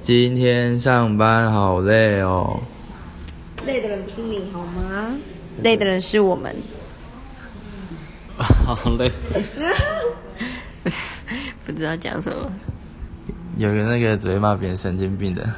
今天上班好累哦。累的人不是你好吗？累的人是我们。好累，不知道讲什么。有个那个只会骂别人神经病的。